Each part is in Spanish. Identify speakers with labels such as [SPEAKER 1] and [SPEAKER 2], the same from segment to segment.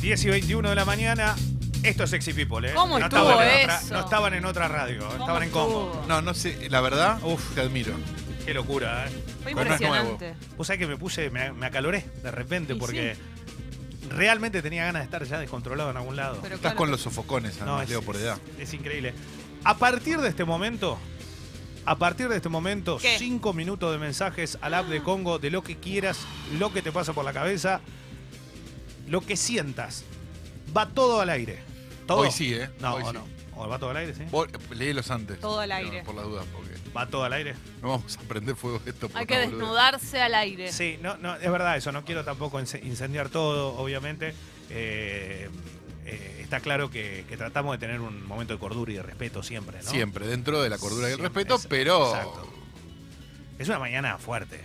[SPEAKER 1] 10 y 21 de la mañana. Esto es Sexy People, ¿eh?
[SPEAKER 2] ¿Cómo
[SPEAKER 1] no,
[SPEAKER 2] estuvo
[SPEAKER 1] estaban en
[SPEAKER 2] eso?
[SPEAKER 1] otra, no estaban en otra radio, estaban en Combo.
[SPEAKER 2] estuvo?
[SPEAKER 3] No, no sé, la verdad, uf, te admiro.
[SPEAKER 1] Qué locura, ¿eh?
[SPEAKER 2] Fue
[SPEAKER 3] Pero no es nuevo.
[SPEAKER 2] impresionante.
[SPEAKER 1] Vos sabés que me puse, me, me acaloré de repente
[SPEAKER 2] Y
[SPEAKER 1] porque realmente tenía ganas de estar ya descontrolado en algún lado.
[SPEAKER 2] Pero
[SPEAKER 3] Estás
[SPEAKER 2] claro.
[SPEAKER 3] con los sofocones,
[SPEAKER 1] No,
[SPEAKER 3] además, Leo, por edad.
[SPEAKER 1] es increíble. A partir de este momento, a partir de este momento,
[SPEAKER 2] ¿Qué? Ah.
[SPEAKER 1] cinco minutos de mensajes al app de Congo de lo que quieras, lo que te pasa por la cabeza, lo que sientas. Va todo al aire. ¿Todo?
[SPEAKER 3] Hoy sí, ¿eh?
[SPEAKER 1] No,
[SPEAKER 3] Hoy
[SPEAKER 1] o
[SPEAKER 3] sí.
[SPEAKER 1] no. ¿O va todo al aire, sí?
[SPEAKER 3] Vos, léelos antes.
[SPEAKER 2] Todo al aire.
[SPEAKER 3] Por las dudas, porque
[SPEAKER 1] ¿Va todo al aire?
[SPEAKER 3] no vamos a prender fuego esto. por
[SPEAKER 2] Hay que
[SPEAKER 3] una boludez.
[SPEAKER 2] desnudarse al aire.
[SPEAKER 1] Sí, no, no, es verdad eso. No quiero tampoco ince- incendiar todo, obviamente. Eh, eh, está claro que, que tratamos de tener un momento de cordura y de respeto siempre, ¿no?
[SPEAKER 3] Siempre, dentro de la cordura y el
[SPEAKER 1] Siempre,
[SPEAKER 3] respeto,
[SPEAKER 1] exacto,
[SPEAKER 3] pero.
[SPEAKER 1] exacto. Es una mañana fuerte.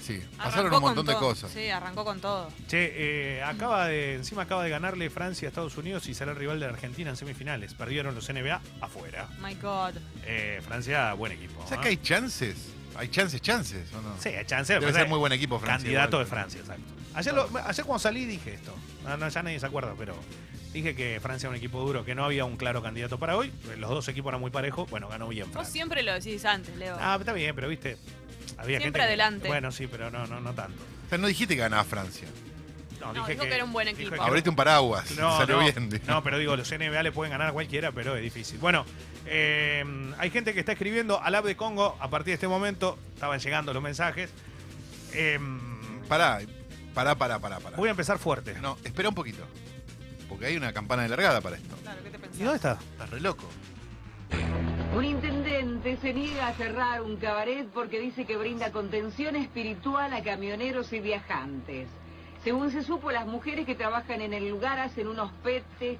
[SPEAKER 3] Sí,
[SPEAKER 2] Arrancó
[SPEAKER 3] pasaron un
[SPEAKER 2] con
[SPEAKER 3] montón de
[SPEAKER 2] todo.
[SPEAKER 3] cosas.
[SPEAKER 2] Sí, arrancó con todo.
[SPEAKER 1] Che, eh, acaba de, encima acaba de ganarle Francia a Estados Unidos y será el rival de la Argentina en semifinales. Perdieron los NBA afuera.
[SPEAKER 2] My God.
[SPEAKER 1] Eh, Francia, buen equipo.
[SPEAKER 3] ¿Sabes
[SPEAKER 1] ¿eh?
[SPEAKER 3] que hay chances? Hay chances, chances, ¿o no?
[SPEAKER 1] Sí, hay chance.
[SPEAKER 3] Debe
[SPEAKER 1] pero
[SPEAKER 3] ser
[SPEAKER 1] sí,
[SPEAKER 3] muy buen equipo, Francia.
[SPEAKER 1] Candidato
[SPEAKER 3] igual.
[SPEAKER 1] de Francia, exacto. Ayer, lo- ayer cuando salí dije esto. Ah, No, no, ya nadie se acuerda, pero dije que Francia era un equipo duro, que no había un claro candidato para hoy. Los dos equipos eran muy parejos. Bueno, ganó bien
[SPEAKER 2] Vos
[SPEAKER 1] Francia.
[SPEAKER 2] siempre lo decís antes, Leo.
[SPEAKER 1] Ah, está bien, pero viste. Había
[SPEAKER 2] Siempre
[SPEAKER 1] gente que-
[SPEAKER 2] adelante.
[SPEAKER 1] bueno, sí, pero no, no, no tanto.
[SPEAKER 3] O sea, no dijiste que ganaba Francia.
[SPEAKER 1] No,
[SPEAKER 2] No,
[SPEAKER 1] dije
[SPEAKER 2] dijo que era un buen
[SPEAKER 1] dije
[SPEAKER 2] equipo.
[SPEAKER 1] que-
[SPEAKER 3] Abriste un paraguas. salió bien. digo.
[SPEAKER 1] no, pero digo, los NBA le pueden ganar a cualquiera, pero es difícil. Bueno, eh, hay gente que está escribiendo al app de Congo a partir de este momento. Estaban llegando los mensajes. Eh,
[SPEAKER 3] Pará, pará, pará, pará. pará.
[SPEAKER 1] voy a empezar fuerte.
[SPEAKER 3] No, espera un poquito. Porque hay una campana de largada para esto.
[SPEAKER 2] Claro, ¿qué te pensás?
[SPEAKER 1] ¿Y dónde está?
[SPEAKER 3] Estás re loco.
[SPEAKER 4] Un intendente se niega a cerrar un cabaret porque dice que brinda contención espiritual a camioneros y viajantes. Según se supo, las mujeres que trabajan en el lugar hacen unos petes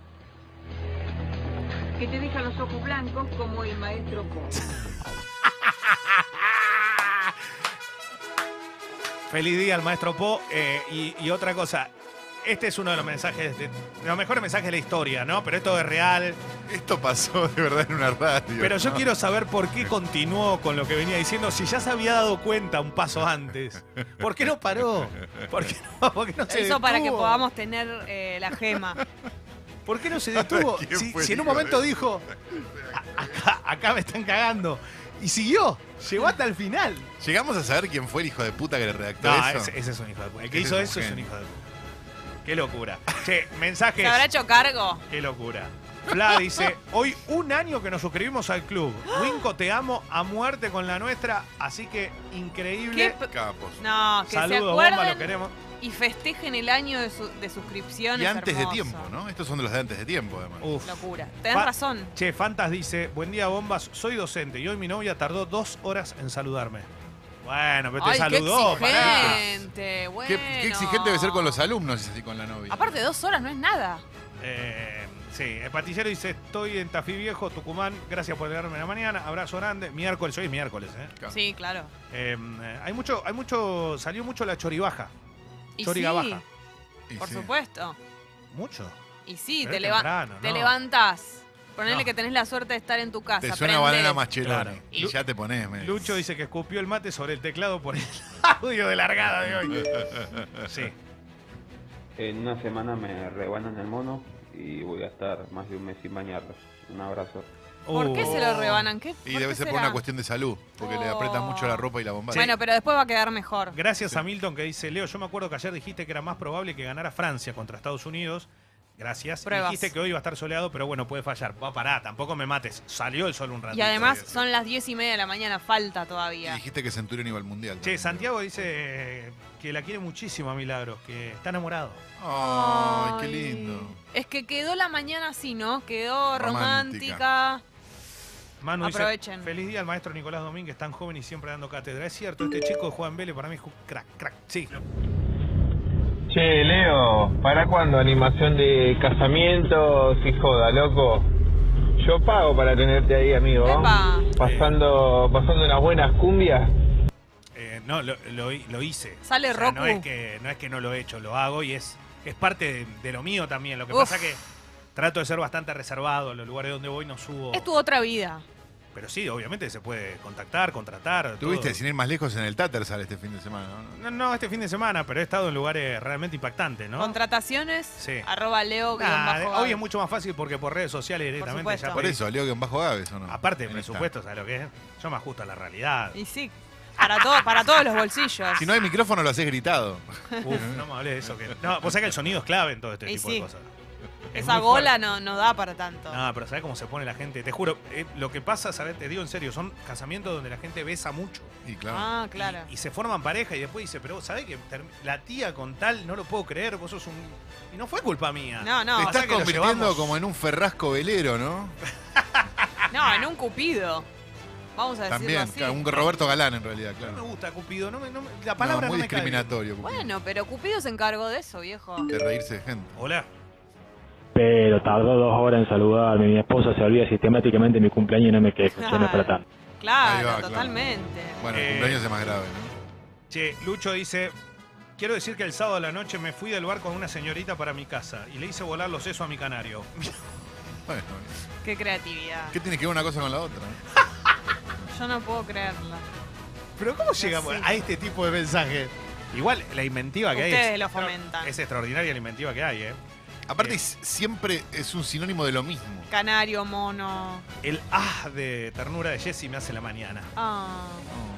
[SPEAKER 4] que te dejan los ojos blancos como el maestro Poe.
[SPEAKER 1] Feliz día al maestro Po. eh, y, y otra cosa, este es uno de los mensajes, de, de los mejores mensajes de la historia, ¿no? Pero esto es real.
[SPEAKER 3] Esto pasó de verdad en una radio.
[SPEAKER 1] Pero yo
[SPEAKER 3] ¿no?
[SPEAKER 1] quiero saber por qué continuó con lo que venía diciendo, si ya se había dado cuenta un paso antes. ¿Por qué no paró? ¿Por qué no, por qué no se
[SPEAKER 2] Eso para que
[SPEAKER 1] detuvo?
[SPEAKER 2] podamos tener eh, la gema.
[SPEAKER 1] ¿Por qué no se detuvo?
[SPEAKER 3] ¿Quién
[SPEAKER 1] Si,
[SPEAKER 3] fue
[SPEAKER 1] si en un
[SPEAKER 3] el hijo
[SPEAKER 1] momento
[SPEAKER 3] de-
[SPEAKER 1] dijo, "A- acá, acá me están cagando. Y siguió, llegó hasta el final.
[SPEAKER 3] ¿Llegamos a saber quién fue el hijo de puta que le redactó
[SPEAKER 1] No,
[SPEAKER 3] eso?
[SPEAKER 1] ese, ese es un hijo de puta. El que
[SPEAKER 3] Ese
[SPEAKER 1] hizo
[SPEAKER 3] es
[SPEAKER 1] eso
[SPEAKER 3] un
[SPEAKER 1] es un
[SPEAKER 3] genio.
[SPEAKER 1] hijo de puta. Qué locura. Che, mensajes.
[SPEAKER 2] ¿Se habrá hecho cargo?
[SPEAKER 1] Qué locura. Fla dice, hoy un año que nos suscribimos al club. Winco, te amo a muerte con la nuestra, así que
[SPEAKER 2] ¿Qué
[SPEAKER 1] increíble.
[SPEAKER 2] p-
[SPEAKER 3] Capos.
[SPEAKER 2] No, que se
[SPEAKER 1] Saludos, bomba, lo
[SPEAKER 2] acuerden
[SPEAKER 1] queremos.
[SPEAKER 2] y festejen el año de, su- de suscripciones.
[SPEAKER 3] Y antes de
[SPEAKER 2] hermoso.
[SPEAKER 3] tiempo, ¿no? Estos son de los de antes de tiempo, además.
[SPEAKER 1] Uf.
[SPEAKER 2] Locura. Tenés
[SPEAKER 1] Pa-
[SPEAKER 2] razón.
[SPEAKER 1] Che, Fantas dice, buen día bombas, soy docente y hoy mi novia tardó dos horas en saludarme. Bueno, pero te
[SPEAKER 2] Ay,
[SPEAKER 1] saludó,
[SPEAKER 2] qué
[SPEAKER 1] pará.
[SPEAKER 2] exigente. Bueno.
[SPEAKER 3] ¿Qué, qué exigente debe ser con los alumnos y así con la novia?
[SPEAKER 2] Aparte, dos horas no es nada.
[SPEAKER 1] Eh, sí, el patillero dice, estoy en Tafí Viejo, Tucumán, gracias por llegarme en la mañana, abrazo grande, miércoles, hoy es miércoles, ¿eh?
[SPEAKER 3] Claro.
[SPEAKER 2] Sí, claro.
[SPEAKER 1] Eh, hay mucho, hay mucho, salió mucho la choribaja,
[SPEAKER 2] Y
[SPEAKER 1] choriga
[SPEAKER 2] sí,
[SPEAKER 1] baja.
[SPEAKER 3] Y
[SPEAKER 2] por
[SPEAKER 3] sí.
[SPEAKER 2] supuesto.
[SPEAKER 1] Mucho.
[SPEAKER 2] Y sí,
[SPEAKER 1] Pero
[SPEAKER 2] te,
[SPEAKER 1] es
[SPEAKER 2] leva-
[SPEAKER 1] temprano,
[SPEAKER 2] te
[SPEAKER 1] ¿no?
[SPEAKER 2] levantás. Ponele
[SPEAKER 1] No.
[SPEAKER 2] que tenés la suerte de estar en tu casa.
[SPEAKER 3] Te suena
[SPEAKER 2] prendés.
[SPEAKER 3] banana macheloni.
[SPEAKER 1] Claro.
[SPEAKER 3] Y
[SPEAKER 1] Lu-
[SPEAKER 3] ya te pones, me.
[SPEAKER 1] Lucho dice que escupió el mate sobre el teclado por el audio de largada de hoy. Sí.
[SPEAKER 5] En una semana me rebanan el mono y voy a estar más de un mes sin bañarlo. Un abrazo.
[SPEAKER 2] ¿Por
[SPEAKER 1] Uh,
[SPEAKER 2] qué se
[SPEAKER 1] Oh.
[SPEAKER 2] lo rebanan? ¿Qué,
[SPEAKER 3] Y
[SPEAKER 2] por
[SPEAKER 3] debe
[SPEAKER 2] qué
[SPEAKER 3] ser por
[SPEAKER 2] será?
[SPEAKER 3] una cuestión de salud, porque le
[SPEAKER 2] Oh.
[SPEAKER 3] aprietan mucho la ropa y la bomba.
[SPEAKER 2] Bueno, pero después va a quedar mejor.
[SPEAKER 1] Gracias a Milton que dice, Leo, yo me acuerdo que ayer dijiste que era más probable que ganara Francia contra Estados Unidos. Gracias. Y
[SPEAKER 2] Pruebas.
[SPEAKER 1] Dijiste que hoy iba a estar soleado, pero bueno, puede fallar. Va a parar, tampoco me mates. Salió el sol un rato.
[SPEAKER 2] Y además
[SPEAKER 3] sí.
[SPEAKER 2] son las diez y media de la mañana, falta
[SPEAKER 3] Y
[SPEAKER 2] todavía.
[SPEAKER 3] dijiste que Centurión iba al mundial.
[SPEAKER 1] Che,
[SPEAKER 3] también.
[SPEAKER 1] Santiago dice que la quiere muchísimo a Milagros, que está enamorado.
[SPEAKER 3] Ay, qué lindo.
[SPEAKER 2] Es que quedó la mañana así, ¿no? Quedó
[SPEAKER 3] Romántica.
[SPEAKER 2] romántica.
[SPEAKER 1] Manu dice,
[SPEAKER 2] Aprovechen.
[SPEAKER 1] feliz día al maestro Nicolás Domínguez, tan joven y siempre dando cátedra. Es cierto, este chico de Juan Vélez para mí es un crack, crack. Sí.
[SPEAKER 6] Che, Leo, ¿para cuándo animación de casamientos y joda, loco? Yo pago para tenerte ahí, amigo.
[SPEAKER 2] Epa.
[SPEAKER 6] Pasando, pasando unas buenas cumbias.
[SPEAKER 1] Eh, no, lo, lo hi- lo hice.
[SPEAKER 2] Sale
[SPEAKER 1] No
[SPEAKER 2] Roku.
[SPEAKER 1] es, que, no es que no lo he hecho, lo hago y es, es parte de, de lo mío también. Lo que
[SPEAKER 2] Uf.
[SPEAKER 1] Oh. pasa que trato de ser bastante reservado. en Los lugares donde voy no subo.
[SPEAKER 2] Es tu otra vida.
[SPEAKER 1] Pero sí, obviamente se puede contactar, contratar.
[SPEAKER 3] Tuviste,
[SPEAKER 1] todo.
[SPEAKER 3] sin ir más lejos, en el Tattersall este fin de semana, ¿no?
[SPEAKER 1] No, no, este fin de semana, pero he estado en lugares realmente impactantes, ¿no?
[SPEAKER 2] Contrataciones,
[SPEAKER 1] Sí.
[SPEAKER 2] arroba leo. guión
[SPEAKER 1] Nah,
[SPEAKER 2] bajo
[SPEAKER 1] hoy
[SPEAKER 2] Gaby.
[SPEAKER 1] es mucho más fácil porque por redes sociales directamente
[SPEAKER 2] supuesto.
[SPEAKER 1] ya
[SPEAKER 3] Por
[SPEAKER 1] pedís.
[SPEAKER 3] eso, Leo que en bajo Gaves, ¿o no?
[SPEAKER 1] Aparte,
[SPEAKER 3] En el
[SPEAKER 1] presupuesto, ¿sabes lo que es? Yo me ajusto a la realidad.
[SPEAKER 2] Y sí, para, todo, para todos los bolsillos.
[SPEAKER 3] Tattersall. Si no hay micrófono, lo haces gritado.
[SPEAKER 1] Uf, no me hablé de eso. Que... No, vos sabés que el sonido es clave en todo este
[SPEAKER 2] Y
[SPEAKER 1] tipo de
[SPEAKER 2] sí.
[SPEAKER 1] cosas. Es
[SPEAKER 2] Esa
[SPEAKER 1] muy
[SPEAKER 2] gola
[SPEAKER 1] fuerte.
[SPEAKER 2] no, no da para tanto.
[SPEAKER 1] No, pero ¿sabés cómo se pone la gente? Te juro, eh, lo que pasa, ¿sabés? Te digo en serio, son casamientos donde la gente besa mucho.
[SPEAKER 3] Y claro.
[SPEAKER 2] ah, claro.
[SPEAKER 1] Y se forman pareja y después dice, pero vos ¿sabés que term- la tía con tal no lo puedo creer? Vos sos un. Y Ah, no fue culpa mía.
[SPEAKER 2] No, no.
[SPEAKER 3] Te
[SPEAKER 1] O sea
[SPEAKER 3] estás
[SPEAKER 1] que lo
[SPEAKER 3] convirtiendo
[SPEAKER 1] llevamos-
[SPEAKER 3] como en un ferrasco velero, ¿no?
[SPEAKER 2] No, en un cupido. Vamos a decirlo
[SPEAKER 3] También,
[SPEAKER 2] así.
[SPEAKER 3] claro, un Roberto Galán en realidad,
[SPEAKER 1] No me
[SPEAKER 3] claro.
[SPEAKER 1] gusta Cupido, no me- no me- la
[SPEAKER 3] No,
[SPEAKER 1] palabra no,
[SPEAKER 3] muy
[SPEAKER 1] me cae bien.
[SPEAKER 3] discriminatorio. Cupido.
[SPEAKER 2] Bueno, pero Cupido se encargó de eso, viejo.
[SPEAKER 3] De reírse de gente.
[SPEAKER 1] Hola.
[SPEAKER 7] Pero tardó dos horas en saludarme. Mi esposa se olvida sistemáticamente mi cumpleaños y no me quejo. que no es para tanto.
[SPEAKER 2] Claro,
[SPEAKER 3] claro.
[SPEAKER 2] totalmente.
[SPEAKER 3] Bueno, el
[SPEAKER 1] Eh,
[SPEAKER 3] cumpleaños es más grave, ¿no?
[SPEAKER 1] Che, Lucho dice, quiero decir que el sábado a la noche me fui del bar con una señorita para mi casa y le hice volar los sesos a mi canario.
[SPEAKER 3] Bueno,
[SPEAKER 2] Qué creatividad.
[SPEAKER 3] ¿qué tiene que ver una cosa con la otra?
[SPEAKER 2] Yo no puedo creerlo.
[SPEAKER 1] Pero ¿cómo llegamos
[SPEAKER 2] sé.
[SPEAKER 1] a este tipo de mensaje? Igual, la inventiva que hay
[SPEAKER 2] Ustedes
[SPEAKER 1] es,
[SPEAKER 2] lo fomentan.
[SPEAKER 1] es extraordinaria la inventiva que hay, ¿eh?
[SPEAKER 3] Aparte,
[SPEAKER 1] Eh.
[SPEAKER 3] es- siempre es un sinónimo de lo mismo.
[SPEAKER 2] Canario, mono.
[SPEAKER 1] El ah de ternura de Jesse me hace la mañana.
[SPEAKER 2] Ah,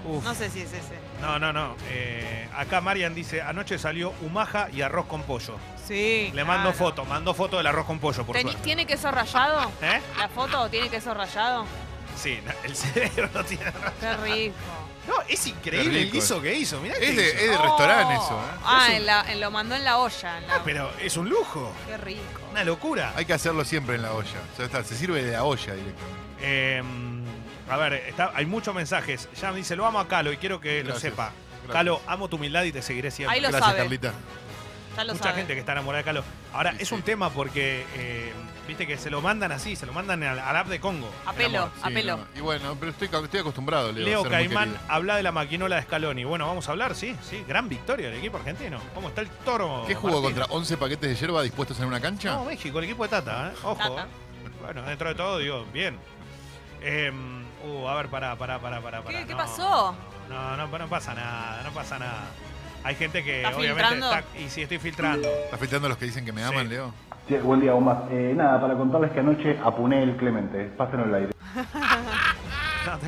[SPEAKER 1] Uf.
[SPEAKER 2] no sé si es ese.
[SPEAKER 1] No, no, no. Eh, acá Marian dice, anoche salió humaja y arroz con pollo.
[SPEAKER 2] Sí.
[SPEAKER 1] Le mando
[SPEAKER 2] claro.
[SPEAKER 1] foto, mandó foto del arroz con pollo, por
[SPEAKER 2] Teni-
[SPEAKER 1] suerte.
[SPEAKER 2] ¿Tiene queso rallado?
[SPEAKER 1] ¿Eh?
[SPEAKER 2] ¿La foto tiene queso rayado?
[SPEAKER 1] Sí, na- el cerebro no tiene...
[SPEAKER 2] Qué rico.
[SPEAKER 1] No, es increíble
[SPEAKER 3] Qué
[SPEAKER 1] el
[SPEAKER 3] rico.
[SPEAKER 1] guiso que hizo. Mirá
[SPEAKER 3] Es
[SPEAKER 1] qué
[SPEAKER 3] de,
[SPEAKER 1] hizo.
[SPEAKER 3] es de
[SPEAKER 2] Oh.
[SPEAKER 3] restaurante eso, ¿eh?
[SPEAKER 2] Ah,
[SPEAKER 1] Es un-
[SPEAKER 2] en la- en- lo mandó en la olla. en la-
[SPEAKER 1] Pero es un lujo.
[SPEAKER 2] Qué rico.
[SPEAKER 1] Una locura.
[SPEAKER 3] Hay que hacerlo siempre en la olla. Ya está, se sirve de la olla directamente.
[SPEAKER 1] Eh, a ver, está- hay muchos mensajes. Ya me dice, lo amo a Calo y quiero que lo
[SPEAKER 3] Gracias.
[SPEAKER 1] sepa.
[SPEAKER 3] Gracias.
[SPEAKER 1] Calo, amo tu humildad y te seguiré siempre.
[SPEAKER 2] Ahí lo
[SPEAKER 3] Gracias,
[SPEAKER 2] sabe.
[SPEAKER 3] Carlita.
[SPEAKER 2] Ya lo
[SPEAKER 1] Mucha
[SPEAKER 2] sabe.
[SPEAKER 1] gente que está enamorada de Calo. Ahora,
[SPEAKER 3] Sí,
[SPEAKER 1] es
[SPEAKER 3] sí.
[SPEAKER 1] un tema porque, eh, viste que se lo mandan así, se lo mandan al, al app de Congo.
[SPEAKER 2] A pelo.
[SPEAKER 1] El amor.
[SPEAKER 3] Sí,
[SPEAKER 2] Apelo.
[SPEAKER 3] no, y bueno, pero estoy, estoy acostumbrado, Leo. a
[SPEAKER 1] Leo
[SPEAKER 3] ser muy
[SPEAKER 1] Caimán
[SPEAKER 3] querido.
[SPEAKER 1] habla de la maquinola de Scaloni. Bueno, vamos a hablar, sí, sí. Gran victoria del equipo argentino. ¿Cómo está el toro?
[SPEAKER 3] ¿Qué jugó
[SPEAKER 1] Martín?
[SPEAKER 3] contra 11 paquetes de hierba dispuestos en una cancha?
[SPEAKER 1] No, México, el equipo de Tata, ¿eh? Ojo.
[SPEAKER 2] Tata.
[SPEAKER 1] ¿eh? Bueno, dentro de todo, digo, bien. Em, uh, a ver, pará, pará, pará, pará. pará.
[SPEAKER 2] ¿Qué- qué
[SPEAKER 1] No,
[SPEAKER 2] pasó?
[SPEAKER 1] No, no, no pasa nada, no pasa nada. Hay gente que
[SPEAKER 2] ¿Estás
[SPEAKER 1] obviamente
[SPEAKER 2] filtrando?
[SPEAKER 1] está- Y si estoy filtrando.
[SPEAKER 3] ¿Estás filtrando a los que dicen que me aman,
[SPEAKER 1] Sí.
[SPEAKER 3] Leo?
[SPEAKER 8] Sí, buen día, Omar. Eh, nada, para contarles que anoche apuné el Clemente. Pásenlo al aire.
[SPEAKER 1] No, te-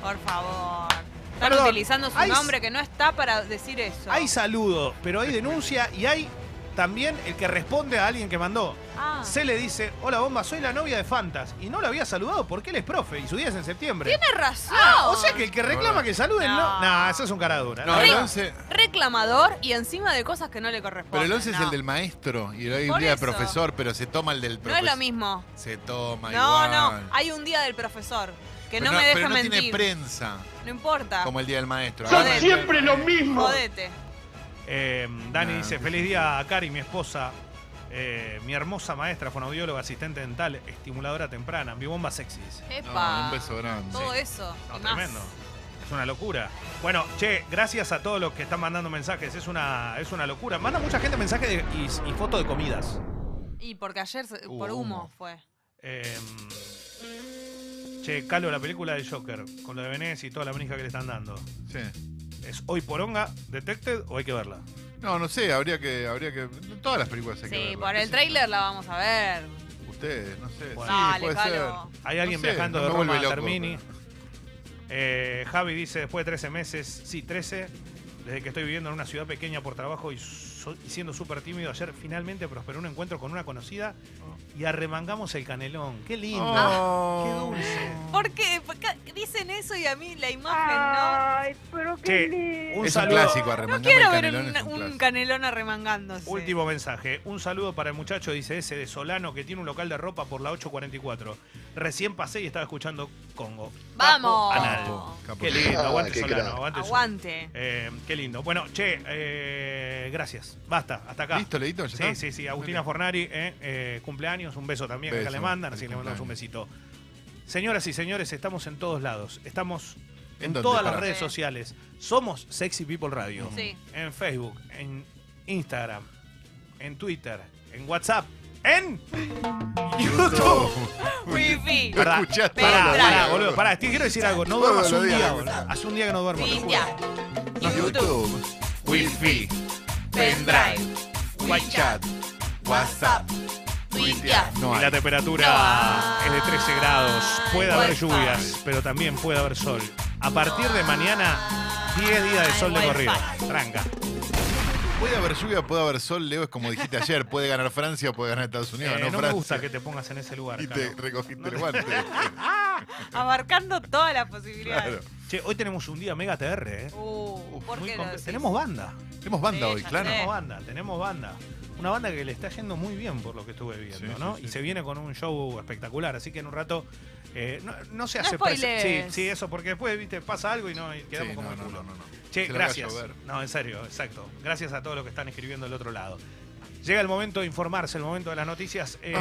[SPEAKER 2] Por favor. Están
[SPEAKER 1] Perdón,
[SPEAKER 2] utilizando su
[SPEAKER 1] hay-
[SPEAKER 2] nombre que no está para decir eso.
[SPEAKER 1] Hay saludo, pero hay denuncia y hay también el que responde a alguien que mandó.
[SPEAKER 2] Ah.
[SPEAKER 1] Se le dice, hola bomba, soy la novia de Fantas. Y no lo había saludado porque él es profe y su día es en septiembre. Ah,
[SPEAKER 2] Tiene razón.
[SPEAKER 1] O sea que el que reclama que saluden, no.
[SPEAKER 2] No.
[SPEAKER 1] Nah, eso es un caradura.
[SPEAKER 3] No, el 11.
[SPEAKER 2] Reclamador y encima de cosas que no le corresponden.
[SPEAKER 3] Pero el 11 es
[SPEAKER 2] no.
[SPEAKER 3] el del maestro y hoy
[SPEAKER 2] Por
[SPEAKER 3] día del
[SPEAKER 2] eso.
[SPEAKER 3] profesor, pero se toma el del
[SPEAKER 2] No
[SPEAKER 3] profesor.
[SPEAKER 2] es lo mismo.
[SPEAKER 3] Se toma
[SPEAKER 2] No,
[SPEAKER 3] Ah, igual.
[SPEAKER 2] no. Hay un día del profesor que
[SPEAKER 3] Pero
[SPEAKER 2] no, me deja
[SPEAKER 3] pero no
[SPEAKER 2] mentir. Ah.
[SPEAKER 3] tiene prensa
[SPEAKER 2] no importa.
[SPEAKER 3] como el día del maestro.
[SPEAKER 2] Son
[SPEAKER 3] Ahora el día del maestro.
[SPEAKER 2] Jodete.
[SPEAKER 1] Eh, Dani
[SPEAKER 3] Nah,
[SPEAKER 1] dice,
[SPEAKER 3] qué
[SPEAKER 1] feliz día a Cari, mi esposa, eh, mi hermosa maestra, fonoaudióloga, asistente dental, estimuladora temprana, mi bomba sexy. dice.
[SPEAKER 2] Epa.
[SPEAKER 3] No, un beso grande.
[SPEAKER 2] Todo eso.
[SPEAKER 1] No,
[SPEAKER 2] y más.
[SPEAKER 1] tremendo. Es una locura. Bueno, che, gracias a todos los que están mandando mensajes. Es una, es una locura. Manda mucha gente mensajes de- y, y fotos de comidas.
[SPEAKER 2] Y porque ayer se-
[SPEAKER 3] Hubo
[SPEAKER 2] por humo,
[SPEAKER 3] Uh, humo.
[SPEAKER 2] fue.
[SPEAKER 1] Eh, che, Calo, la película del Joker, con lo de Venez y toda la manija que le están dando.
[SPEAKER 3] Sí.
[SPEAKER 1] ¿Es hoy poronga, detected o hay que verla?
[SPEAKER 3] No, no sé, habría que, habría que. Todas las películas hay que
[SPEAKER 2] Sí,
[SPEAKER 3] verlas,
[SPEAKER 2] por
[SPEAKER 3] qué
[SPEAKER 2] el
[SPEAKER 3] sé
[SPEAKER 2] tráiler la vamos a ver.
[SPEAKER 3] yo. Ustedes, no sé.
[SPEAKER 1] Bueno.
[SPEAKER 3] Sí,
[SPEAKER 2] Dale,
[SPEAKER 3] puede
[SPEAKER 2] Calo.
[SPEAKER 3] ser.
[SPEAKER 1] Hay alguien
[SPEAKER 3] No sé,
[SPEAKER 1] viajando
[SPEAKER 3] no
[SPEAKER 1] de
[SPEAKER 3] me
[SPEAKER 1] Roma
[SPEAKER 3] vuelve
[SPEAKER 1] a
[SPEAKER 3] loco,
[SPEAKER 1] Termini. Eh, Javi dice, después de 13 meses, sí, 13, desde que estoy viviendo en una ciudad pequeña por trabajo y, so- y siendo súper tímido, ayer finalmente prosperó un encuentro con una conocida y arremangamos el canelón. Qué lindo.
[SPEAKER 3] Oh.
[SPEAKER 1] Qué dulce.
[SPEAKER 2] ¿Por qué? ¿Por qué dicen eso y a mí la
[SPEAKER 1] Ah.
[SPEAKER 2] imagen
[SPEAKER 1] Che, un
[SPEAKER 3] es
[SPEAKER 1] saludo.
[SPEAKER 3] un
[SPEAKER 2] no?
[SPEAKER 3] clásico,
[SPEAKER 2] No
[SPEAKER 3] arremangame
[SPEAKER 2] quiero
[SPEAKER 3] el
[SPEAKER 2] ver
[SPEAKER 3] canelón,
[SPEAKER 2] un,
[SPEAKER 3] es un
[SPEAKER 2] un
[SPEAKER 3] clásico.
[SPEAKER 2] canelón arremangándose.
[SPEAKER 1] Último mensaje. Un saludo para el muchacho, dice ese de Solano, que tiene un local de ropa por la 844. Recién pasé y estaba escuchando Congo.
[SPEAKER 2] ¡Vamos!
[SPEAKER 1] Papo Anal.
[SPEAKER 3] Capo, capo.
[SPEAKER 1] Qué lindo, aguante Solano, aguante Solano.
[SPEAKER 2] Aguante.
[SPEAKER 1] Eh, qué lindo. Bueno, che, eh, gracias. Basta, hasta acá.
[SPEAKER 3] ¿Listo, Leito? ¿Ya
[SPEAKER 1] Sí,
[SPEAKER 3] está?
[SPEAKER 1] sí, sí. Agustina
[SPEAKER 3] Ok.
[SPEAKER 1] Fornari, eh, eh, cumpleaños, un beso también que acá
[SPEAKER 3] Beso,
[SPEAKER 1] le mandan, así
[SPEAKER 3] feliz
[SPEAKER 1] que le mandamos un
[SPEAKER 3] cumpleaños.
[SPEAKER 1] besito. Señoras y señores, estamos en todos lados. Estamos
[SPEAKER 3] ¿En
[SPEAKER 1] en,
[SPEAKER 3] dónde?
[SPEAKER 1] todas las
[SPEAKER 3] Pará.
[SPEAKER 1] redes
[SPEAKER 2] Sí.
[SPEAKER 1] sociales. Somos Sexy People Radio.
[SPEAKER 2] Sí.
[SPEAKER 1] En Facebook, en Instagram, en Twitter, en WhatsApp. en YouTube.
[SPEAKER 2] Wifi.
[SPEAKER 3] Lo
[SPEAKER 1] Pará,
[SPEAKER 3] escuchaste
[SPEAKER 1] pará,
[SPEAKER 3] todo el
[SPEAKER 1] pará,
[SPEAKER 3] día,
[SPEAKER 1] boludo.
[SPEAKER 3] boludo.
[SPEAKER 1] Pará, te quiero decir algo. No
[SPEAKER 3] Todo
[SPEAKER 1] duermo hace
[SPEAKER 3] lo
[SPEAKER 1] un
[SPEAKER 3] día,
[SPEAKER 1] día,
[SPEAKER 3] boludo.
[SPEAKER 1] boludo. Hace un día que no duermo. te juro.
[SPEAKER 2] India. YouTube.
[SPEAKER 3] YouTube, Wi-Fi,
[SPEAKER 2] Pendrive.
[SPEAKER 3] WhatsApp, WhatsApp,
[SPEAKER 2] Twitter.
[SPEAKER 3] No
[SPEAKER 1] Y la
[SPEAKER 3] hay.
[SPEAKER 1] temperatura
[SPEAKER 2] No.
[SPEAKER 1] es de 13 grados. Puede haber
[SPEAKER 2] Wi-Fi.
[SPEAKER 1] lluvias, pero también puede haber sol. A partir de mañana, 10 días de sol de
[SPEAKER 2] Wi-Fi.
[SPEAKER 1] corrido. Tranca.
[SPEAKER 3] Puede haber lluvia, puede haber sol, Leo, es como dijiste ayer, puede ganar Francia, puede ganar Estados Unidos,
[SPEAKER 1] Eh,
[SPEAKER 3] no,
[SPEAKER 1] no me
[SPEAKER 3] Francia.
[SPEAKER 1] gusta que te pongas en ese lugar.
[SPEAKER 3] Y te
[SPEAKER 1] Cano.
[SPEAKER 3] recogiste el guante.
[SPEAKER 2] Ah, abarcando todas las posibilidades.
[SPEAKER 3] Claro.
[SPEAKER 1] Che, hoy tenemos un día mega TR, ¿eh?
[SPEAKER 2] Uh, ¿por
[SPEAKER 1] Muy
[SPEAKER 2] qué lo
[SPEAKER 1] comple-
[SPEAKER 2] decís? Ah,
[SPEAKER 1] Tenemos banda.
[SPEAKER 3] Tenemos banda
[SPEAKER 2] Sí,
[SPEAKER 3] hoy,
[SPEAKER 2] ya
[SPEAKER 3] claro.
[SPEAKER 2] sé.
[SPEAKER 1] Tenemos banda, tenemos banda. Una banda que le está yendo muy bien por lo que estuve viendo,
[SPEAKER 3] Sí,
[SPEAKER 1] ¿no?
[SPEAKER 3] sí,
[SPEAKER 1] y
[SPEAKER 3] sí.
[SPEAKER 1] se viene con un show espectacular, así que en un rato eh, no, no se
[SPEAKER 2] No
[SPEAKER 1] hace presen-
[SPEAKER 2] spoilees.
[SPEAKER 1] Sí, sí, eso, porque después, viste, pasa algo y no y quedamos
[SPEAKER 3] Sí,
[SPEAKER 1] como
[SPEAKER 3] no,
[SPEAKER 1] el
[SPEAKER 3] no,
[SPEAKER 1] culo.
[SPEAKER 3] no, no, no.
[SPEAKER 1] Che,
[SPEAKER 3] Se larga a
[SPEAKER 1] gracias.
[SPEAKER 3] llover.
[SPEAKER 1] No, en serio, exacto. Gracias a todos los que están escribiendo del otro lado. Llega el momento de informarse, el momento de las noticias. Eh,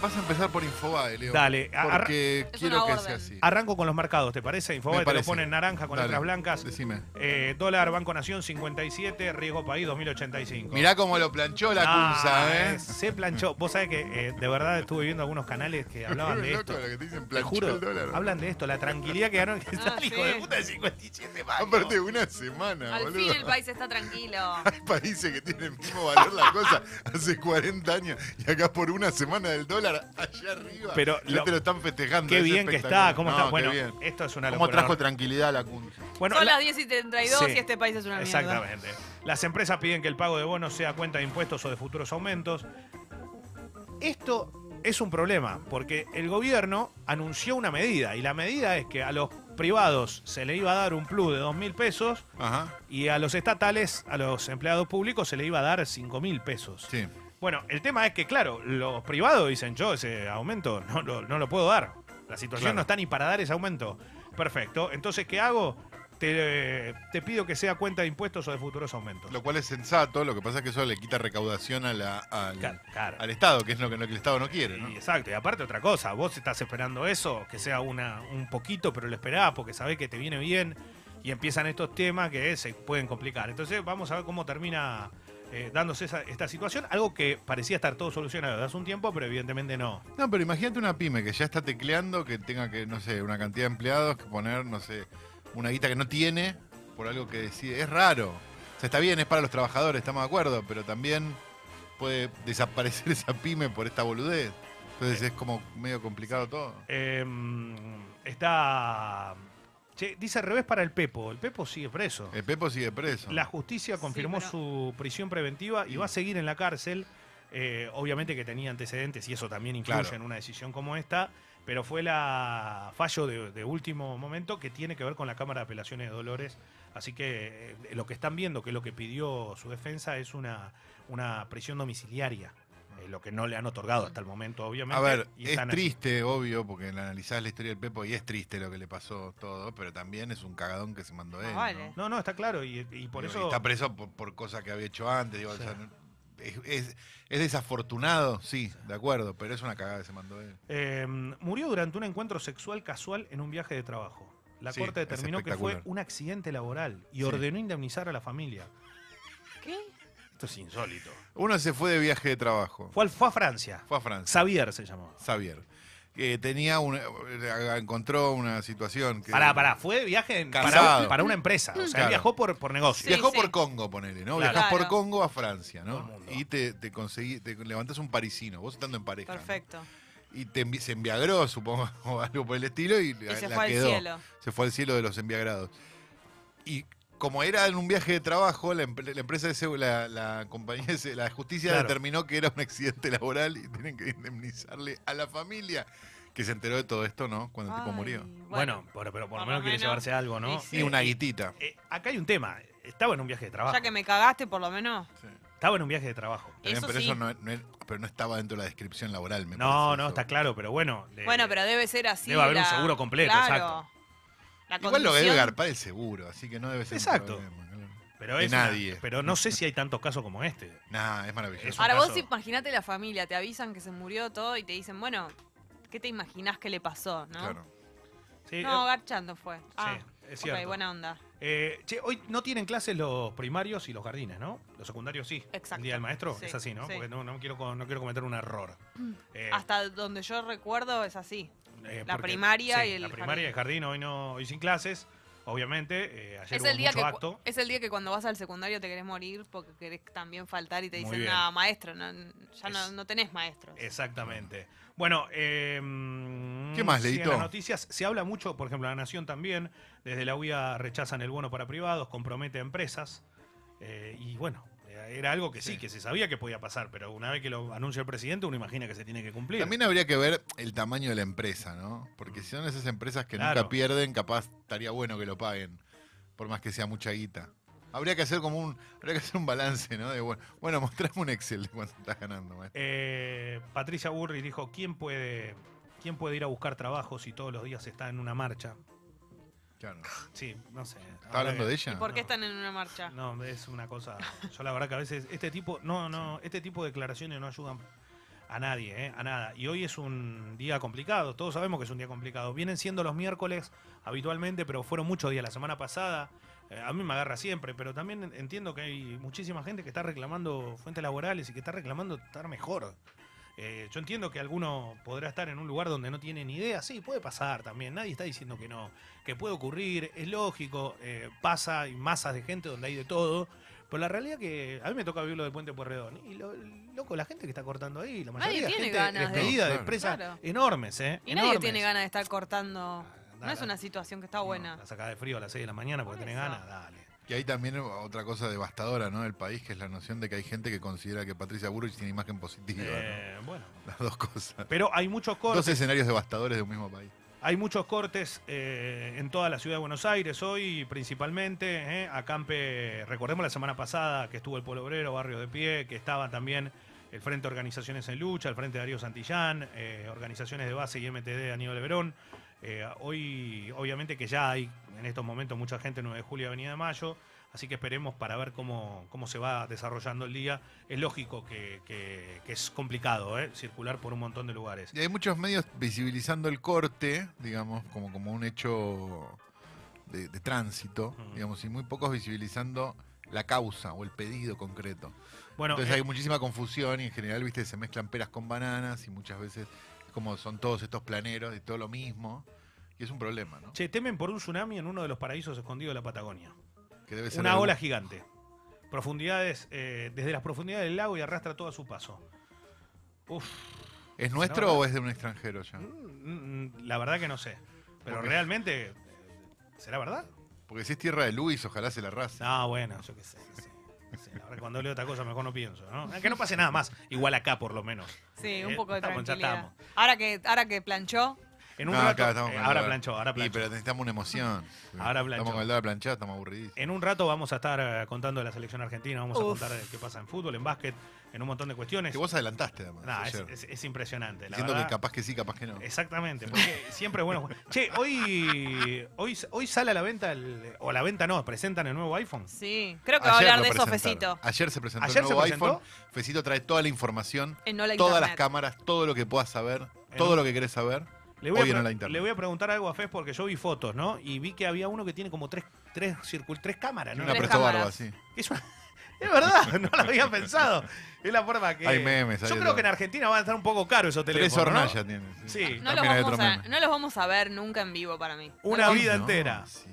[SPEAKER 3] Vas a empezar por Infobae, Leo.
[SPEAKER 1] Dale, a- arra-
[SPEAKER 3] Porque
[SPEAKER 2] Es
[SPEAKER 3] quiero
[SPEAKER 2] una
[SPEAKER 3] que
[SPEAKER 2] orden.
[SPEAKER 3] sea así.
[SPEAKER 1] Arranco con los marcados, ¿te parece? Infobae te
[SPEAKER 3] Me
[SPEAKER 1] lo
[SPEAKER 3] parece.
[SPEAKER 1] ponen naranja con
[SPEAKER 3] Dale,
[SPEAKER 1] letras blancas.
[SPEAKER 3] Decime.
[SPEAKER 1] Eh, dólar, Banco Nación 57, Riesgo País 2085.
[SPEAKER 3] Mirá cómo lo planchó la
[SPEAKER 1] Ah,
[SPEAKER 3] Cunza, ¿eh?
[SPEAKER 1] Se planchó. Vos sabés que eh, de verdad estuve viendo algunos canales que hablaban de
[SPEAKER 3] Loco,
[SPEAKER 1] esto.
[SPEAKER 3] lo que te dicen,
[SPEAKER 1] Te
[SPEAKER 3] planchó
[SPEAKER 1] juro,
[SPEAKER 3] el dólar.
[SPEAKER 1] hablan de esto, la tranquilidad que ganó el que
[SPEAKER 2] Ah,
[SPEAKER 1] sale, hijo
[SPEAKER 2] sí.
[SPEAKER 1] de puta de 57 bancos.
[SPEAKER 3] Aparte de una semana,
[SPEAKER 2] Al fin
[SPEAKER 3] boludo.
[SPEAKER 2] el país está tranquilo.
[SPEAKER 3] Hay países que tienen el mismo valor la cosa hace 40 años y acá por una semana del dólar allá arriba.
[SPEAKER 1] Pero
[SPEAKER 3] ya
[SPEAKER 1] lo-
[SPEAKER 3] te lo están festejando.
[SPEAKER 1] Qué
[SPEAKER 3] es
[SPEAKER 1] bien que
[SPEAKER 3] espectacular.
[SPEAKER 1] está, cómo
[SPEAKER 3] No,
[SPEAKER 1] está.
[SPEAKER 3] qué
[SPEAKER 1] Bueno,
[SPEAKER 3] bien.
[SPEAKER 1] esto es una
[SPEAKER 3] ¿Cómo
[SPEAKER 1] locura.
[SPEAKER 3] trajo
[SPEAKER 1] ¿no?
[SPEAKER 3] tranquilidad a la cunza?
[SPEAKER 1] Bueno,
[SPEAKER 2] Son
[SPEAKER 1] la-
[SPEAKER 2] las 10 y 32
[SPEAKER 1] Sí.
[SPEAKER 2] y este país es una mierda.
[SPEAKER 1] Exactamente. Las empresas piden que el pago de bonos sea a cuenta de impuestos o de futuros aumentos. Esto es un problema, porque el gobierno anunció una medida, y la medida es que a los privados se le iba a dar un plus de 2 mil pesos
[SPEAKER 3] Ajá.
[SPEAKER 1] y a los estatales, a los empleados públicos, se le iba a dar 5 mil pesos.
[SPEAKER 3] Sí.
[SPEAKER 1] Bueno, el tema es que, claro, los privados dicen, yo ese aumento no, lo- no lo puedo dar. La situación
[SPEAKER 3] Claro.
[SPEAKER 1] no está ni para dar ese aumento. Perfecto. Entonces, ¿qué hago? Te, te pido que sea cuenta de impuestos o de futuros aumentos.
[SPEAKER 3] Lo cual es sensato, lo que pasa es que eso le quita recaudación a la- al,
[SPEAKER 1] Claro, claro.
[SPEAKER 3] al Estado, que es lo que, lo que el Estado no quiere, ¿no?
[SPEAKER 1] Y Exacto, y aparte otra cosa, vos estás esperando eso, que sea una, un poquito, pero lo esperás porque sabés que te viene bien y empiezan estos temas que eh, se pueden complicar. Entonces vamos a ver cómo termina eh, dándose esa- esta situación, algo que parecía estar todo solucionado desde hace un tiempo, pero evidentemente no.
[SPEAKER 3] No, pero imagínate una pyme que ya está tecleando, que tenga que, no sé, una cantidad de empleados, que poner, no sé, una guita que no tiene por algo que decide. Es raro. O sea, está bien, es para los trabajadores, estamos de acuerdo, pero también puede desaparecer esa pyme por esta boludez. Entonces es como medio complicado todo.
[SPEAKER 1] Eh, está... Che, dice al revés para el Pepo, el Pepo sigue preso.
[SPEAKER 3] El Pepo sigue preso.
[SPEAKER 1] La justicia
[SPEAKER 2] Sí,
[SPEAKER 1] confirmó
[SPEAKER 2] pero-
[SPEAKER 1] su prisión preventiva y va a seguir en la cárcel. Eh, obviamente que tenía antecedentes y eso también incluye
[SPEAKER 3] Claro.
[SPEAKER 1] en una decisión como esta, pero fue la fallo de, de último momento que tiene que ver con la Cámara de Apelaciones de Dolores. Así que eh, lo que están viendo, que lo que pidió su defensa es una, una prisión domiciliaria, eh, lo que no le han otorgado hasta el momento, obviamente.
[SPEAKER 3] A ver,
[SPEAKER 1] y
[SPEAKER 3] es
[SPEAKER 1] están allí.
[SPEAKER 3] triste, obvio, porque analizás la historia del Pepo y es triste lo que le pasó todo, pero también es un cagadón que se mandó él.
[SPEAKER 2] Ah,
[SPEAKER 3] ¿no?
[SPEAKER 2] vale.
[SPEAKER 1] No, no, está claro, y, y por
[SPEAKER 3] Digo, y
[SPEAKER 1] eso...
[SPEAKER 3] Está preso por, por cosas que había hecho antes. digo, o
[SPEAKER 1] Sí.
[SPEAKER 3] sea, no- es, es- es desafortunado, sí, de acuerdo, pero es una cagada que se mandó él.
[SPEAKER 1] Eh, murió durante un encuentro sexual casual en un viaje de trabajo. La
[SPEAKER 3] Sí,
[SPEAKER 1] corte
[SPEAKER 3] es
[SPEAKER 1] determinó que fue
[SPEAKER 3] espectacular.
[SPEAKER 1] un accidente laboral y
[SPEAKER 3] Sí.
[SPEAKER 1] ordenó indemnizar a la familia.
[SPEAKER 2] ¿Qué?
[SPEAKER 1] Esto es insólito.
[SPEAKER 3] Uno se fue de viaje de trabajo.
[SPEAKER 1] Fue, al- fue a Francia.
[SPEAKER 3] Fue a Francia.
[SPEAKER 1] Xavier se llamaba.
[SPEAKER 3] Xavier. Que tenía un, eh, encontró una situación que.
[SPEAKER 1] Pará, pará, fue de viaje en- para,
[SPEAKER 3] Casado.
[SPEAKER 1] para una empresa. O sea, él
[SPEAKER 3] Claro.
[SPEAKER 1] viajó por, por negocio.
[SPEAKER 2] Sí.
[SPEAKER 3] Viajó por Congo, ponele, ¿no?
[SPEAKER 1] Claro.
[SPEAKER 3] Viajás por
[SPEAKER 2] Claro.
[SPEAKER 3] Congo a Francia,
[SPEAKER 1] Todo el
[SPEAKER 3] ¿no?
[SPEAKER 1] mundo.
[SPEAKER 3] Y te, te conseguí, te levantás un parisino, vos estando en pareja. ¿no?
[SPEAKER 2] Perfecto.
[SPEAKER 3] Y te envi- se enviagró, supongo, o algo por el estilo, y,
[SPEAKER 2] Y
[SPEAKER 3] la,
[SPEAKER 2] se
[SPEAKER 3] la
[SPEAKER 2] fue al
[SPEAKER 3] quedó.
[SPEAKER 2] cielo.
[SPEAKER 3] se fue al cielo de los enviagrados. Y como era en un viaje de trabajo, la, empre- la empresa de segu- la, la compañía de se- la justicia
[SPEAKER 1] Claro.
[SPEAKER 3] determinó que era un accidente laboral y tienen que indemnizarle a la familia que se enteró de todo esto, ¿no? Cuando el tipo
[SPEAKER 2] Ay,
[SPEAKER 3] murió.
[SPEAKER 1] Bueno, pero, pero por
[SPEAKER 2] Por
[SPEAKER 1] lo
[SPEAKER 2] lo
[SPEAKER 1] menos quiere
[SPEAKER 2] menos.
[SPEAKER 1] llevarse algo, ¿no?
[SPEAKER 2] Y sí.
[SPEAKER 3] Y una guitita.
[SPEAKER 1] Eh, acá hay un tema. Estaba en un viaje de trabajo.
[SPEAKER 2] Ya que me cagaste, por lo menos.
[SPEAKER 1] Estaba en un viaje de trabajo.
[SPEAKER 3] También,
[SPEAKER 2] Eso
[SPEAKER 3] pero
[SPEAKER 2] sí.
[SPEAKER 3] eso no, no era- pero no estaba dentro de la descripción laboral. me
[SPEAKER 1] No,
[SPEAKER 3] parece
[SPEAKER 1] no,
[SPEAKER 3] eso.
[SPEAKER 1] está claro, pero bueno. le-
[SPEAKER 2] Bueno, pero debe ser así.
[SPEAKER 1] eh, Debe haber un
[SPEAKER 2] la-
[SPEAKER 1] seguro completo,
[SPEAKER 2] claro.
[SPEAKER 1] exacto.
[SPEAKER 2] La
[SPEAKER 3] Igual lo debe
[SPEAKER 2] condición-
[SPEAKER 3] garpar el seguro, así que no debe ser un
[SPEAKER 1] Exacto.
[SPEAKER 3] problema, claro.
[SPEAKER 1] pero
[SPEAKER 3] de
[SPEAKER 1] es una-
[SPEAKER 3] nadie.
[SPEAKER 1] pero no sé si hay tantos casos como este.
[SPEAKER 3] Nah, es maravilloso.
[SPEAKER 1] Es un
[SPEAKER 2] Ahora vos
[SPEAKER 1] caso.
[SPEAKER 2] imaginate la familia, te avisan que se murió todo y te dicen, bueno, ¿qué te imaginás que le pasó? ¿no?
[SPEAKER 3] Claro.
[SPEAKER 1] Sí,
[SPEAKER 2] No,
[SPEAKER 1] eh,
[SPEAKER 2] garchando fue. Ah,
[SPEAKER 1] es cierto.
[SPEAKER 2] Ok, buena onda.
[SPEAKER 1] Eh, che, hoy no tienen clases los primarios y los jardines, ¿no? Los secundarios sí.
[SPEAKER 2] Exacto.
[SPEAKER 1] El día del maestro
[SPEAKER 2] Sí,
[SPEAKER 1] es así, ¿no?
[SPEAKER 2] sí. Mm.
[SPEAKER 1] Porque no, no quiero, co- no quiero cometer un error. Eh,
[SPEAKER 2] Hasta donde yo recuerdo es así.
[SPEAKER 1] eh,
[SPEAKER 2] la
[SPEAKER 1] porque-
[SPEAKER 2] primaria
[SPEAKER 1] sí,
[SPEAKER 2] y el
[SPEAKER 1] La primaria y el jardín hoy, no, hoy sin clases, obviamente. eh, ayer
[SPEAKER 2] Es
[SPEAKER 1] hubo
[SPEAKER 2] el, día
[SPEAKER 1] mucho
[SPEAKER 2] que, cu-
[SPEAKER 1] acto.
[SPEAKER 2] es el día que cuando vas al secundario te querés morir porque querés también faltar y te
[SPEAKER 1] Muy
[SPEAKER 2] dicen,
[SPEAKER 1] bien.
[SPEAKER 2] no, maestro, no, ya no,
[SPEAKER 1] Es- Eh,
[SPEAKER 2] no tenés maestro.
[SPEAKER 1] Exactamente. Bueno, eh,
[SPEAKER 3] ¿Qué más,
[SPEAKER 1] siguen
[SPEAKER 3] Leito?
[SPEAKER 1] las noticias se habla mucho, por ejemplo, La Nación también. Desde la UIA rechazan el bono para privados, compromete a empresas. eh, y bueno, eh, era algo que sí,
[SPEAKER 3] Sí.
[SPEAKER 1] que se sabía que podía pasar, pero una vez que lo anuncia el presidente, uno imagina que se tiene que cumplir.
[SPEAKER 3] También habría que ver el tamaño de la empresa, ¿no? Porque si son esas empresas que
[SPEAKER 1] Claro.
[SPEAKER 3] nunca pierden, capaz estaría bueno que lo paguen, por más que sea mucha guita. Habría que hacer como un, habría que hacer un balance, ¿no? De bueno, bueno, mostrame un Excel de cuánto estás ganando, maestro.
[SPEAKER 1] Eh, Patricia Burri dijo, ¿quién puede, ¿quién puede ir a buscar trabajo si todos los días está en una marcha?
[SPEAKER 3] Claro.
[SPEAKER 1] Sí, no sé.
[SPEAKER 3] ¿Está hablando de ella?
[SPEAKER 2] ¿Por qué
[SPEAKER 1] No.
[SPEAKER 2] están en una marcha?
[SPEAKER 1] No, es una cosa. Yo la verdad que a veces este tipo, no, no, este tipo de declaraciones no ayudan a nadie, ¿eh? a nada. Y hoy es un día complicado. Todos sabemos que es un día complicado. Vienen siendo los miércoles habitualmente, pero fueron muchos días la semana pasada. Eh, a mí me agarra siempre, pero también entiendo que hay muchísima gente que está reclamando fuentes laborales y que está reclamando estar mejor. Eh, yo entiendo que alguno podrá estar en un lugar donde no tiene ni idea. Sí, puede pasar también. Nadie está diciendo que no. Que puede ocurrir, es lógico. eh, pasa, y masas de gente donde hay de todo. Pero la realidad que a mí me toca vivirlo de Puente Puerredón. Y lo, loco, la gente que está cortando ahí, la mayoría
[SPEAKER 2] Nadie
[SPEAKER 1] es
[SPEAKER 2] tiene
[SPEAKER 1] gente
[SPEAKER 2] ganas de-
[SPEAKER 1] despedida de,
[SPEAKER 3] Claro.
[SPEAKER 1] empresas
[SPEAKER 2] Claro.
[SPEAKER 1] enormes, ¿eh?
[SPEAKER 2] Y nadie
[SPEAKER 1] enormes.
[SPEAKER 2] tiene ganas de estar cortando. No
[SPEAKER 1] Nada.
[SPEAKER 2] es una situación que está
[SPEAKER 1] No,
[SPEAKER 2] buena.
[SPEAKER 1] la sacada de frío a las 6 de la mañana porque
[SPEAKER 2] Por
[SPEAKER 1] tiene
[SPEAKER 2] eso.
[SPEAKER 1] ganas, dale.
[SPEAKER 3] Y hay también otra cosa devastadora, ¿no? Del país, que es la noción de que hay gente que considera que Patricia Burrich tiene imagen positiva, ¿no?
[SPEAKER 1] Eh, bueno.
[SPEAKER 3] Las dos cosas.
[SPEAKER 1] Pero hay muchos cortes.
[SPEAKER 3] Dos escenarios devastadores de un mismo país.
[SPEAKER 1] Hay muchos cortes eh, en toda la ciudad de Buenos Aires hoy, principalmente. ¿eh? Acampe, recordemos la semana pasada que estuvo el Pueblo Obrero, Barrio de Pie, que estaba también el Frente de Organizaciones en Lucha, el Frente de Darío Santillán, eh, organizaciones de base y MTD de Aníbal Verón. Eh, hoy, obviamente, que ya hay en estos momentos mucha gente, 9 de julio, Avenida de Mayo. Así que esperemos para ver cómo, cómo se va desarrollando el día. Es lógico que, que- que es complicado ¿eh? circular por un montón de lugares.
[SPEAKER 3] Y hay muchos medios visibilizando el corte, digamos, como, como un hecho de, de tránsito,
[SPEAKER 1] Mm.
[SPEAKER 3] digamos, y muy pocos visibilizando la causa o el pedido concreto.
[SPEAKER 1] Bueno,
[SPEAKER 3] Entonces
[SPEAKER 1] eh,
[SPEAKER 3] hay muchísima confusión y en general, viste, se mezclan peras con bananas y muchas veces es como son todos estos planeros y todo lo mismo. Y es un problema, ¿no?
[SPEAKER 1] Che, temen por un tsunami en uno de los paraísos escondidos de la Patagonia.
[SPEAKER 3] Que debe
[SPEAKER 1] Una
[SPEAKER 3] algo-
[SPEAKER 1] ola gigante. Profundidades, eh, desde las profundidades del lago y arrastra todo a su paso. Uf,
[SPEAKER 3] ¿Es nuestro
[SPEAKER 1] ola.
[SPEAKER 3] o es de un extranjero ya?
[SPEAKER 1] mm, mm, la verdad que no sé. Pero
[SPEAKER 3] Porque-
[SPEAKER 1] realmente, eh, ¿será verdad?
[SPEAKER 3] Porque si es tierra de Luis, ojalá se la arrase.
[SPEAKER 1] No, bueno, yo qué sé. qué sé. No sé, la verdad, cuando leo otra cosa mejor no pienso, ¿no? Ah, Que no pase nada más, igual acá por lo menos.
[SPEAKER 2] Sí,
[SPEAKER 1] Eh,
[SPEAKER 2] un poco de
[SPEAKER 1] estamos, ya
[SPEAKER 2] tranquilidad.
[SPEAKER 1] estamos.
[SPEAKER 2] Ahora que, ahora que planchó,
[SPEAKER 1] En un
[SPEAKER 3] No,
[SPEAKER 1] rato,
[SPEAKER 3] acá estamos
[SPEAKER 1] eh,
[SPEAKER 3] con el
[SPEAKER 1] ahora
[SPEAKER 3] dólar.
[SPEAKER 1] planchó, ahora
[SPEAKER 3] Y,
[SPEAKER 1] planchó.
[SPEAKER 3] pero necesitamos una emoción.
[SPEAKER 1] Ahora planchó.
[SPEAKER 3] Estamos con el dólar planchado, estamos aburridísimos.
[SPEAKER 1] En un rato vamos a estar eh, contando de la selección argentina, vamos
[SPEAKER 2] Uf.
[SPEAKER 1] a contar eh, qué pasa en fútbol, en básquet, en un montón de cuestiones.
[SPEAKER 3] Que vos adelantaste, además.
[SPEAKER 1] Nah, es,
[SPEAKER 3] ayer.
[SPEAKER 1] es- es impresionante. La
[SPEAKER 3] Diciendo
[SPEAKER 1] verdad.
[SPEAKER 3] que capaz que sí, capaz que no.
[SPEAKER 1] Exactamente, porque siempre es bueno. Che, hoy, hoy, hoy sale a la venta, el- o a la venta no, presentan el nuevo iPhone.
[SPEAKER 2] sí. Creo que va a
[SPEAKER 3] Ayer
[SPEAKER 2] hablar
[SPEAKER 3] lo
[SPEAKER 2] de eso
[SPEAKER 3] presentaron.
[SPEAKER 2] Fecito.
[SPEAKER 3] Ayer se presentó
[SPEAKER 1] ¿Ayer
[SPEAKER 3] el
[SPEAKER 1] se
[SPEAKER 3] nuevo
[SPEAKER 1] presentó?
[SPEAKER 3] iPhone. Fecito trae toda la información,
[SPEAKER 2] En Hola
[SPEAKER 3] todas las
[SPEAKER 2] Internet.
[SPEAKER 3] cámaras, todo lo que puedas saber, todo lo que querés saber.
[SPEAKER 1] Le voy, a
[SPEAKER 3] Hoy en
[SPEAKER 1] pre-
[SPEAKER 3] la internet.
[SPEAKER 1] le voy a preguntar algo a Fez porque yo vi fotos, ¿no? Y vi que había uno que tiene como tres, tres, circul- tres cámaras,
[SPEAKER 3] Tiene
[SPEAKER 1] ¿no?
[SPEAKER 3] una
[SPEAKER 2] Tres
[SPEAKER 3] presto barba,
[SPEAKER 2] cámaras.
[SPEAKER 3] sí.
[SPEAKER 1] Es, una- es verdad, no lo había pensado. Es la forma que.
[SPEAKER 3] Hay memes, hay
[SPEAKER 1] Yo
[SPEAKER 3] de
[SPEAKER 1] creo
[SPEAKER 3] todo.
[SPEAKER 1] que en Argentina van a estar un poco caros esos teléfonos.
[SPEAKER 3] Tres
[SPEAKER 1] ¿no?
[SPEAKER 3] hornallas tiene.
[SPEAKER 1] Sí.
[SPEAKER 2] No los,
[SPEAKER 3] También hay otro
[SPEAKER 2] vamos a,
[SPEAKER 3] meme.
[SPEAKER 2] no los vamos a ver nunca en vivo para mí.
[SPEAKER 1] Una
[SPEAKER 2] No los-
[SPEAKER 1] vida
[SPEAKER 3] No,
[SPEAKER 1] entera.
[SPEAKER 3] sí.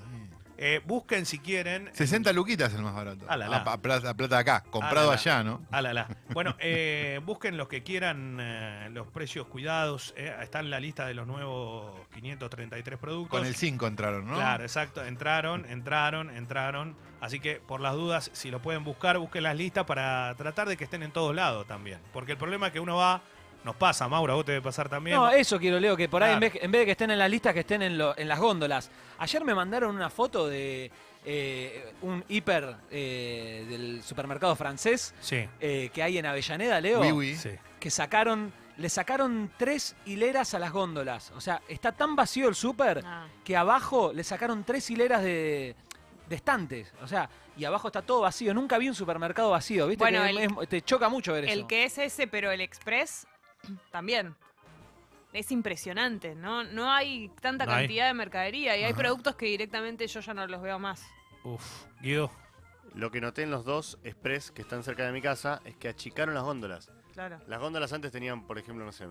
[SPEAKER 1] Eh, busquen si quieren.
[SPEAKER 3] 60 luquitas es el más barato.
[SPEAKER 1] Ah, la, la.
[SPEAKER 3] A, pa- plata, a plata acá, comprado
[SPEAKER 1] Ah, la, la.
[SPEAKER 3] allá, ¿no?
[SPEAKER 1] Ah, la, la. Bueno, eh, busquen los que quieran eh, los precios cuidados. eh, está en la lista de los nuevos 533 productos.
[SPEAKER 3] Con el 5 entraron, ¿no?
[SPEAKER 1] Claro, exacto. Entraron, entraron, entraron. Así que por las dudas, si lo pueden buscar, busquen las listas para tratar de que estén en todos lados también. Porque el problema es que uno va, nos pasa, Mauro, vos te debe pasar también.
[SPEAKER 9] No, eso quiero, Leo, que por ahí en
[SPEAKER 1] Claro.
[SPEAKER 9] vez, en vez de que estén en las listas, que estén en, lo- en las góndolas. Ayer me mandaron una foto de eh, un hiper eh, del supermercado francés
[SPEAKER 1] Sí,
[SPEAKER 9] eh, que hay en Avellaneda, Leo,
[SPEAKER 3] Oui, oui.
[SPEAKER 1] sí.
[SPEAKER 9] que sacaron, le sacaron tres hileras a las góndolas. O sea, está tan vacío el súper
[SPEAKER 2] Ah.
[SPEAKER 9] que abajo le sacaron tres hileras de, de estantes. O sea, y abajo está todo vacío. Nunca vi un supermercado vacío, ¿viste?
[SPEAKER 2] Bueno,
[SPEAKER 9] Que
[SPEAKER 2] el-
[SPEAKER 9] es- te choca mucho ver eso.
[SPEAKER 2] El que es ese, pero el Express también. Es impresionante, ¿no? No hay tanta
[SPEAKER 1] No hay.
[SPEAKER 2] cantidad de mercadería y hay
[SPEAKER 3] Ajá.
[SPEAKER 2] productos que directamente yo ya no los veo más.
[SPEAKER 1] Uf, Guido.
[SPEAKER 10] Lo que noté en los dos express que están cerca de mi casa es que achicaron las góndolas.
[SPEAKER 2] Claro.
[SPEAKER 10] Las góndolas antes tenían, por ejemplo, no sé,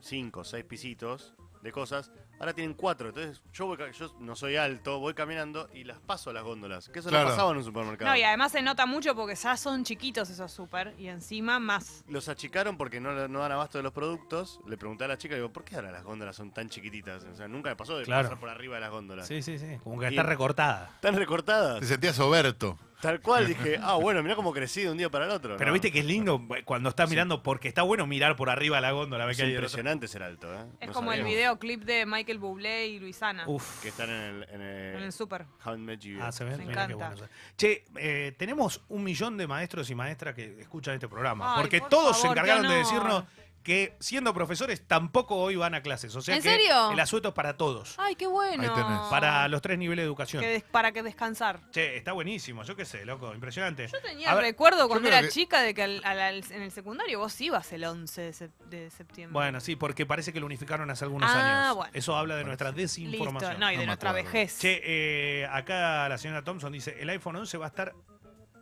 [SPEAKER 10] 5 o 6 pisitos de cosas. Ahora tienen 4. Entonces yo, voy ca- yo no soy alto, voy caminando y las paso a las góndolas. Que eso
[SPEAKER 3] Claro.
[SPEAKER 10] no pasaba en un supermercado.
[SPEAKER 2] No, y además se nota mucho porque ya son chiquitos esos super y encima más.
[SPEAKER 10] Los achicaron porque no, no dan abasto de los productos. Le pregunté a la chica, digo, ¿por qué ahora las góndolas son tan chiquititas? O sea, nunca me pasó de
[SPEAKER 1] Claro.
[SPEAKER 10] pasar por arriba de las góndolas.
[SPEAKER 1] Sí, sí, sí. Como que
[SPEAKER 10] Y-
[SPEAKER 1] está recortada.
[SPEAKER 10] Están recortadas.
[SPEAKER 3] Te sentías soberto.
[SPEAKER 10] Tal cual dije, ah, bueno, mirá cómo crecí de un día para el otro.
[SPEAKER 1] Pero
[SPEAKER 10] ¿no?
[SPEAKER 1] viste que es lindo eh, cuando estás mirando, porque está bueno mirar por arriba la góndola. ver
[SPEAKER 10] Es
[SPEAKER 1] qué hay del otro-
[SPEAKER 10] impresionante ser alto, ¿eh?
[SPEAKER 2] Es
[SPEAKER 10] No
[SPEAKER 2] como el
[SPEAKER 10] sabíamos
[SPEAKER 2] videoclip de Michael Bublé y Luisana
[SPEAKER 1] Uf.
[SPEAKER 10] Que están en el. En el,
[SPEAKER 2] en el super.
[SPEAKER 10] How I Met You.
[SPEAKER 1] Ah, se ve,
[SPEAKER 2] Me
[SPEAKER 1] mira qué
[SPEAKER 2] encanta.
[SPEAKER 1] bueno. Che, eh, tenemos un millón de maestros y maestras que escuchan este programa.
[SPEAKER 2] Ay,
[SPEAKER 1] porque
[SPEAKER 2] por
[SPEAKER 1] todos se
[SPEAKER 2] favor, qué
[SPEAKER 1] encargaron de
[SPEAKER 2] honor.
[SPEAKER 1] decirnos que siendo profesores tampoco hoy van a clases. O sea
[SPEAKER 2] ¿En
[SPEAKER 1] que
[SPEAKER 2] serio?
[SPEAKER 1] el asueto es para todos.
[SPEAKER 2] Ay, qué bueno.
[SPEAKER 3] Ahí tenés.
[SPEAKER 1] Para los tres niveles de educación.
[SPEAKER 2] que des- para que descansar.
[SPEAKER 1] Che, está buenísimo. Yo qué sé, loco. Impresionante.
[SPEAKER 2] Yo tenía
[SPEAKER 1] A
[SPEAKER 2] el
[SPEAKER 1] ver,
[SPEAKER 2] recuerdo cuando
[SPEAKER 3] creo
[SPEAKER 2] era
[SPEAKER 3] que-
[SPEAKER 2] chica de que al- al- al- en el secundario vos ibas el 11 de, sep- de septiembre.
[SPEAKER 1] Bueno, sí, porque parece que lo unificaron hace algunos
[SPEAKER 2] Ah,
[SPEAKER 1] años.
[SPEAKER 2] bueno.
[SPEAKER 1] Eso habla de nuestra
[SPEAKER 2] Listo.
[SPEAKER 1] desinformación.
[SPEAKER 2] No, y
[SPEAKER 3] No
[SPEAKER 2] de
[SPEAKER 3] me
[SPEAKER 2] nuestra
[SPEAKER 3] acuerdo.
[SPEAKER 2] vejez.
[SPEAKER 1] Che, eh, acá la señora Thompson dice, el iPhone 11 va a estar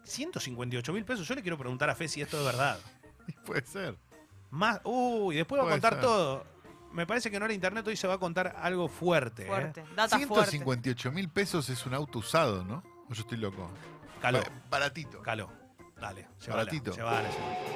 [SPEAKER 1] 158 mil pesos. Yo le quiero preguntar a Fe si esto es verdad.
[SPEAKER 3] Puede ser.
[SPEAKER 1] Más, uy, después va a
[SPEAKER 3] Puede
[SPEAKER 1] contar
[SPEAKER 3] ser.
[SPEAKER 1] todo. Me parece que en hora internet hoy se va a contar algo fuerte. ¿eh?
[SPEAKER 2] Fuerte. Data fuerte.
[SPEAKER 3] 158 mil pesos es un auto usado, ¿no? O yo estoy loco.
[SPEAKER 1] ¿eh? Caló,
[SPEAKER 3] Ba- Baratito.
[SPEAKER 1] caló. Dale, llévala,
[SPEAKER 3] Baratito.
[SPEAKER 1] llévala, llévala.